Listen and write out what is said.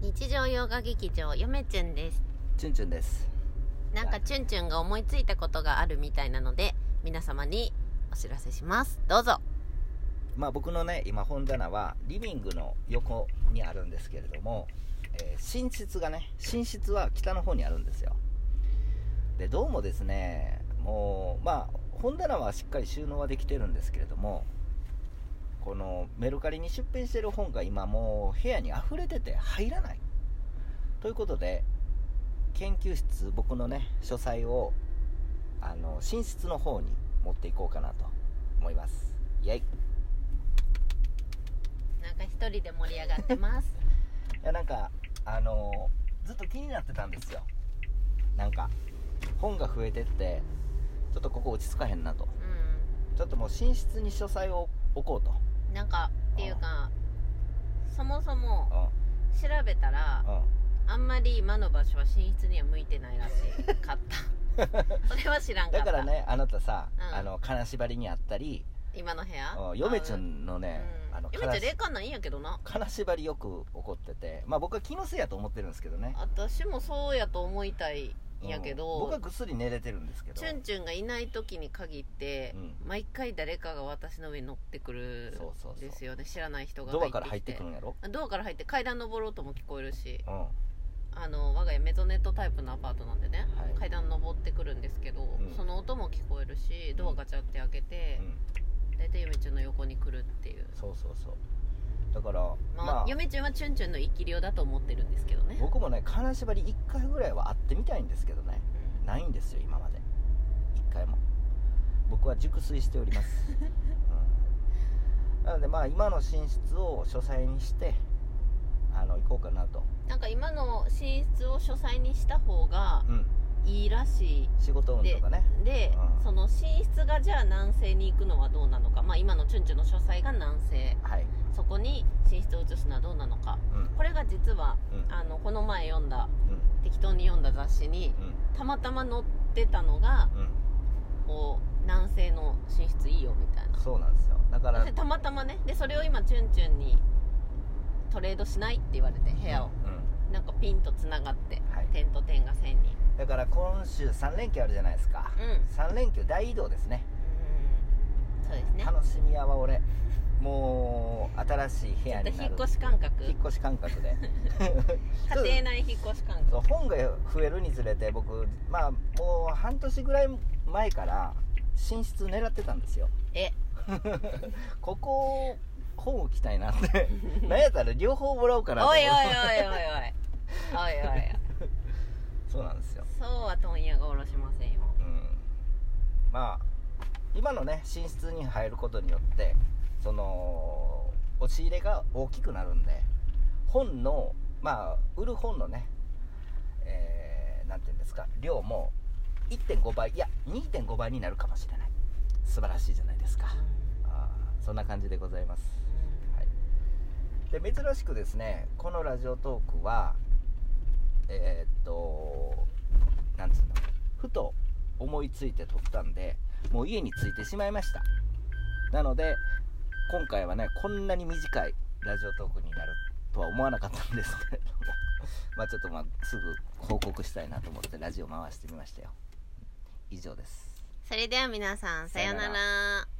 日常洋画劇場よめちゅんですチュンチュンですなんかチュンチュンが思いついたことがあるみたいなので皆様にお知らせしますどうぞまあ僕のね今本棚はリビングの横にあるんですけれども、えー寝室がね寝室は北の方にあるんですよでどうもですねもうまあ本棚はしっかり収納はできてるんですけれどもこのメルカリに出品してる本が今もう部屋に溢れてて入らないということで研究室僕のね書斎をあの寝室の方に持っていこうかなと思いますイェイなんか一人で盛り上がってますいやなんかあのーずっと気になってたんですよなんか本が増えてってちょっとここ落ち着かへんなと うちょっともう寝室に書斎を置こうとんなんかっていうかそもそもう調べたらんうんあんまり今の場所は寝室には向いてないらしいかった それは知らんかだったからねあなたさ、うんあの金縛りにあったり今の部屋うん嫁ちゃうんのね、あのうん嫁ちゃん金霊感ないんやけどな金縛りよく起こっててまあ僕は気のせいやと思ってるんですけどね私もそうやと思いたいうんんやけ僕はど、ぐっすり寝れてるんですけどチュンチュンがいない時に限って、う毎回誰かが私の上に乗ってくるそうそうそうんですよね知らない人がドアから入ってくきるんやろてドアから入って階段登ろうとも聞こえるしうんあの我が家メゾネットタイプのアパートなんでね、はい階段登ってくるんですけど、うんその音も聞こえるしドアガチャって開けてう、ん大体ゆめちゃんの横に来るっていうそうそうそうだからまあ、ゆめちゃんはチュンチュンの生き量だと思ってるんですけどね、僕もね金縛り1回ぐらいは会ってみたいんですけどねうんないんですよ今まで1回も僕は熟睡しております、うんなのでまあ今の寝室を書斎にしてあの行こうかなと、なんか今の寝室を書斎にした方がうん、いいらし仕事運いとかねで、うんその寝室がじゃあ南西に行くのはどうなのか、まあ、今のチュンチュンの書斎が南西はい、そこに寝室を移すのはどうなのかうんうんこれが実はうんあのこの前読んだ適当に読んだ雑誌にたまたま載ってたのがうんこう南西の寝室いいよみたいなそうなんですよ だからでたまたまねでそれを今チュンチュンにトレードしないって言われて部屋を、うなんかピンとつながってんはい、点と点が線にだから今週3連休あるじゃないですか、うん三3連休大移動ですねうんそうですね楽しみやわ俺もう新しい部ちょ屋っとにな引るっ越し感覚引っ越し感覚で家庭内引っ越し感そう覚本が増えるにつれて僕まあもう半年ぐらい前から寝室狙ってたんですよえここ本置きたいなって なんやったら両方もらおうかなとお思いおいっおいておいおいおいおいそうなんですよそうは問屋がおろしませんようんまあ今のね寝室に入ることによってその押し入れが大きくなるんで本のまあ売る本のねえーなんていうんですか量も1.5倍いや2.5倍になるかもしれない素晴らしいじゃないですかあーそんな感じでございますで珍しくですねこのラジオトークはえーっとなんつうのふと思いついて撮ったんでもう家に着いてしまいましたなので今回はねこんなに短いラジオトークになるとは思わなかったんですけれども まあちょっとまあすぐ報告したいなと思ってラジオ回してみましたよ以上ですそれでは皆さんさようなさようら